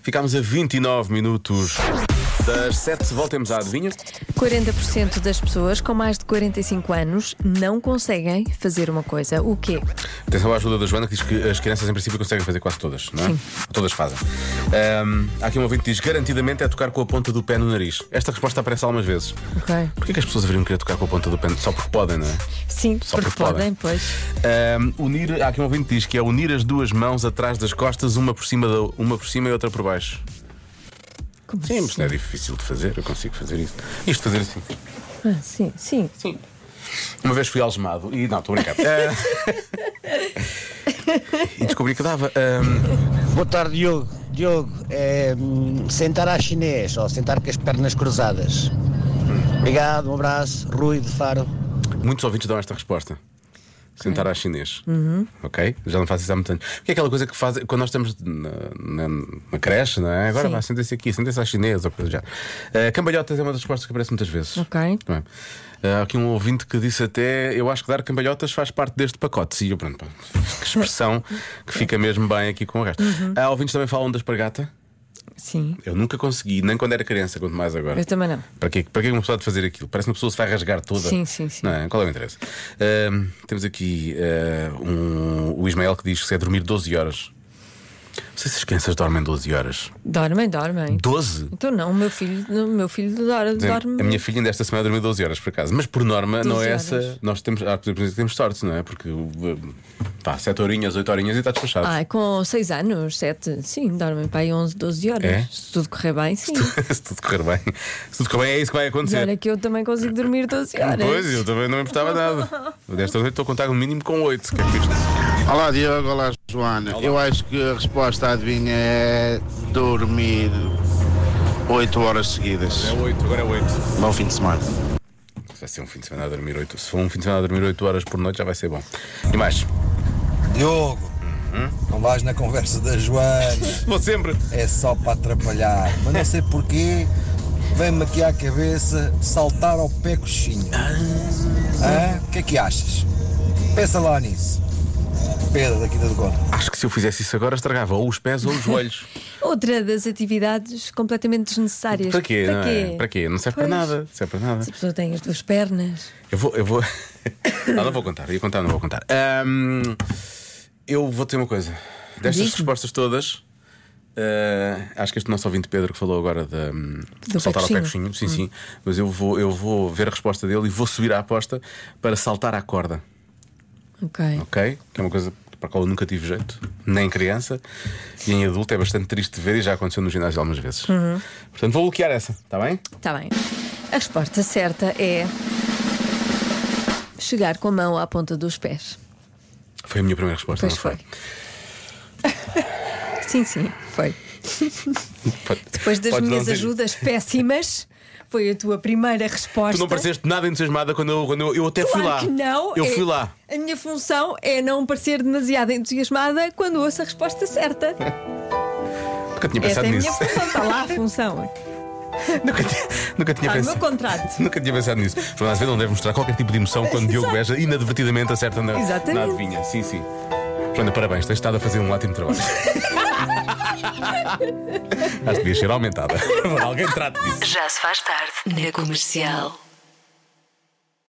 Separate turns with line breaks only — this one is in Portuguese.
Ficámos a 29 minutos das 7. Voltemos à adivinha.
40% das pessoas com mais de 45 anos não conseguem fazer uma coisa. O quê?
Atenção à ajuda da Joana que diz que as crianças em princípio conseguem fazer quase todas, não é?
Sim.
Todas fazem. Ahm, há aqui um ouvinte que diz garantidamente é tocar com a ponta do pé no nariz. Esta resposta aparece algumas vezes.
Ok.
Porquê que as pessoas deveriam querer tocar com a ponta do pé? Só porque podem, não é?
Sim,
Só
porque
porque podem.
podem, pois.
Ahm, unir, há aqui um ouvinte que diz que é unir as duas mãos atrás das costas, uma por cima, da, uma por cima e outra por baixo.
Como
Sim, mas
assim?
não é difícil de fazer, eu consigo fazer isso. Isto fazer assim.
Ah, sim, sim.
Sim. Uma vez fui algemado e. Não, estou a brincar. Ah. e descobri que dava. ehm, ahm,
Boa tarde, Diogo. Diogo, é, hum, sentar à chinês ou sentar com as pernas cruzadas. Obrigado, um abraço. Rui de Faro.
muitos ouvintes dão esta resposta. Sentar à chinês.
Uhum.
Ok? Já não faço isso há muitos anos. Porque é aquela coisa que faz. Quando nós estamos na, na- na creche, não é? Agora
Sim.
vai sentar-se aqui, sentar-se à chinesa ou coisa já. cambalhotas é uma das respostas que aparece muitas vezes.
Ok.
Não é? Ah, Há aqui um ouvinte que disse até eu acho que dar cambalhotas faz parte deste pacote. Sim, eu, pronto, pá, que expressão que fica mesmo bem aqui com o resto.
Uhum.
Há ouvintes que também falam da espargata.
Sim.
Eu nunca consegui, nem quando era criança, quanto mais agora.
Eu também não.
Para que, para que uma pessoa há de fazer aquilo? Parece que uma pessoa se vai rasgar toda.
Sim, sim, sim.
Não é? Qual é o interesse? Ahm, temos aqui ah, um, o Ismael que diz que se é dormir 12 horas. Não sei se as crianças dormem 12 horas.
Dormem, dormem.
12?
Então não, o meu filho, o meu filho dora-
Quer dizer,
dorme.
A minha filha ainda esta semana dormiu 12 horas por acaso, mas por norma não
12
é
horas.
essa. Nós temos, ah, por exemplo, temos sorte, não é? Porque uh, pá, 7 horinhas, 8 horinhas e está despachado.
Ai, com 6 anos, 7, sim, dormem para aí 11, 12 horas.
É?
Se tudo correr bem, sim.
se tudo correr bem, se tudo correr bem, é isso que vai
E
acontecer.
olha que eu também consigo dormir 12 horas.
Pois, eu também não me importava nada. Desta noite estou a contar no mínimo com 8. Que é isto?
Olá Diogo, olá Joana. Eu acho que a resposta à adivinha é dormir 8 horas seguidas.
8, agora é 8.
Bom fim de semana.
Se vai ser um fim de semana a dormir 8. Se for um fim de semana a dormir 8 horas por noite, já vai ser bom. E mais?
Diogo, não vais na conversa da Joana,
Vou sempre.
é só para atrapalhar. Mas não sei porquê, vem-me aqui à cabeça saltar ao pé coxinha. Hã? O que é que achas? Pensa lá nisso. Pedro, daqui da Dugona.
Acho que se eu fizesse isso agora, estragava ou os pés ou os joelhos.
Outra das atividades completamente desnecessárias.
para quê?
Para
não
quê?
É? Para quê? Não serve
Pois.
para nada. Serve para nada.
Se a pessoa tem as duas pernas.
Eu vou. Eu vou... não, não vou contar. Ia contar, não vou contar. Ahm, eu vou ter uma coisa. Destas
Diz-me.
respostas todas. ah, acho que este nosso ouvinte Pedro que falou agora de hum,
Do
saltar ao pé
pecoxinho.
coxinho, sim, sim,
Hum.
mas eu vou, eu vou ver a resposta dele e vou subir à aposta para saltar à corda,
Ok.
ok? Que é uma coisa para a qual eu nunca tive jeito, nem em criança e em adulto é bastante triste de ver e já aconteceu no ginásio algumas vezes.
Uhum.
Portanto, vou bloquear essa, está bem?
Está Tá bem. A resposta certa é. Chegar com a mão à ponta dos pés.
Foi a minha primeira resposta,
Pois
não foi?
foi. sim, sim, foi.
Pode-
Depois
podes
das
não
minhas
dizer-
ajudas péssimas, foi a tua primeira resposta.
Tu não pareceste nada entusiasmada quando eu, quando eu, eu até fui
Claro
lá.
que não.
Eu
É-
fui lá.
A minha função é não parecer demasiado entusiasmada quando ouço a resposta certa.
Nunca tinha
Essa
pensado
é a minha
nisso.
função. Está lá a função.
nunca, tinha- nunca tinha
Está no meu
pensado.
contrato.
Nunca tinha pensado nisso. Joana Azevedo não deve mostrar qualquer tipo de emoção quando Diogo Beja inadvertidamente acerta na,
Exatamente.
na adivinha. Sim, sim. Joana, parabéns, tens estado a fazer um ótimo trabalho. Acho que devia ser aumentada. Alguém trate disso.
Já se faz tarde na comercial.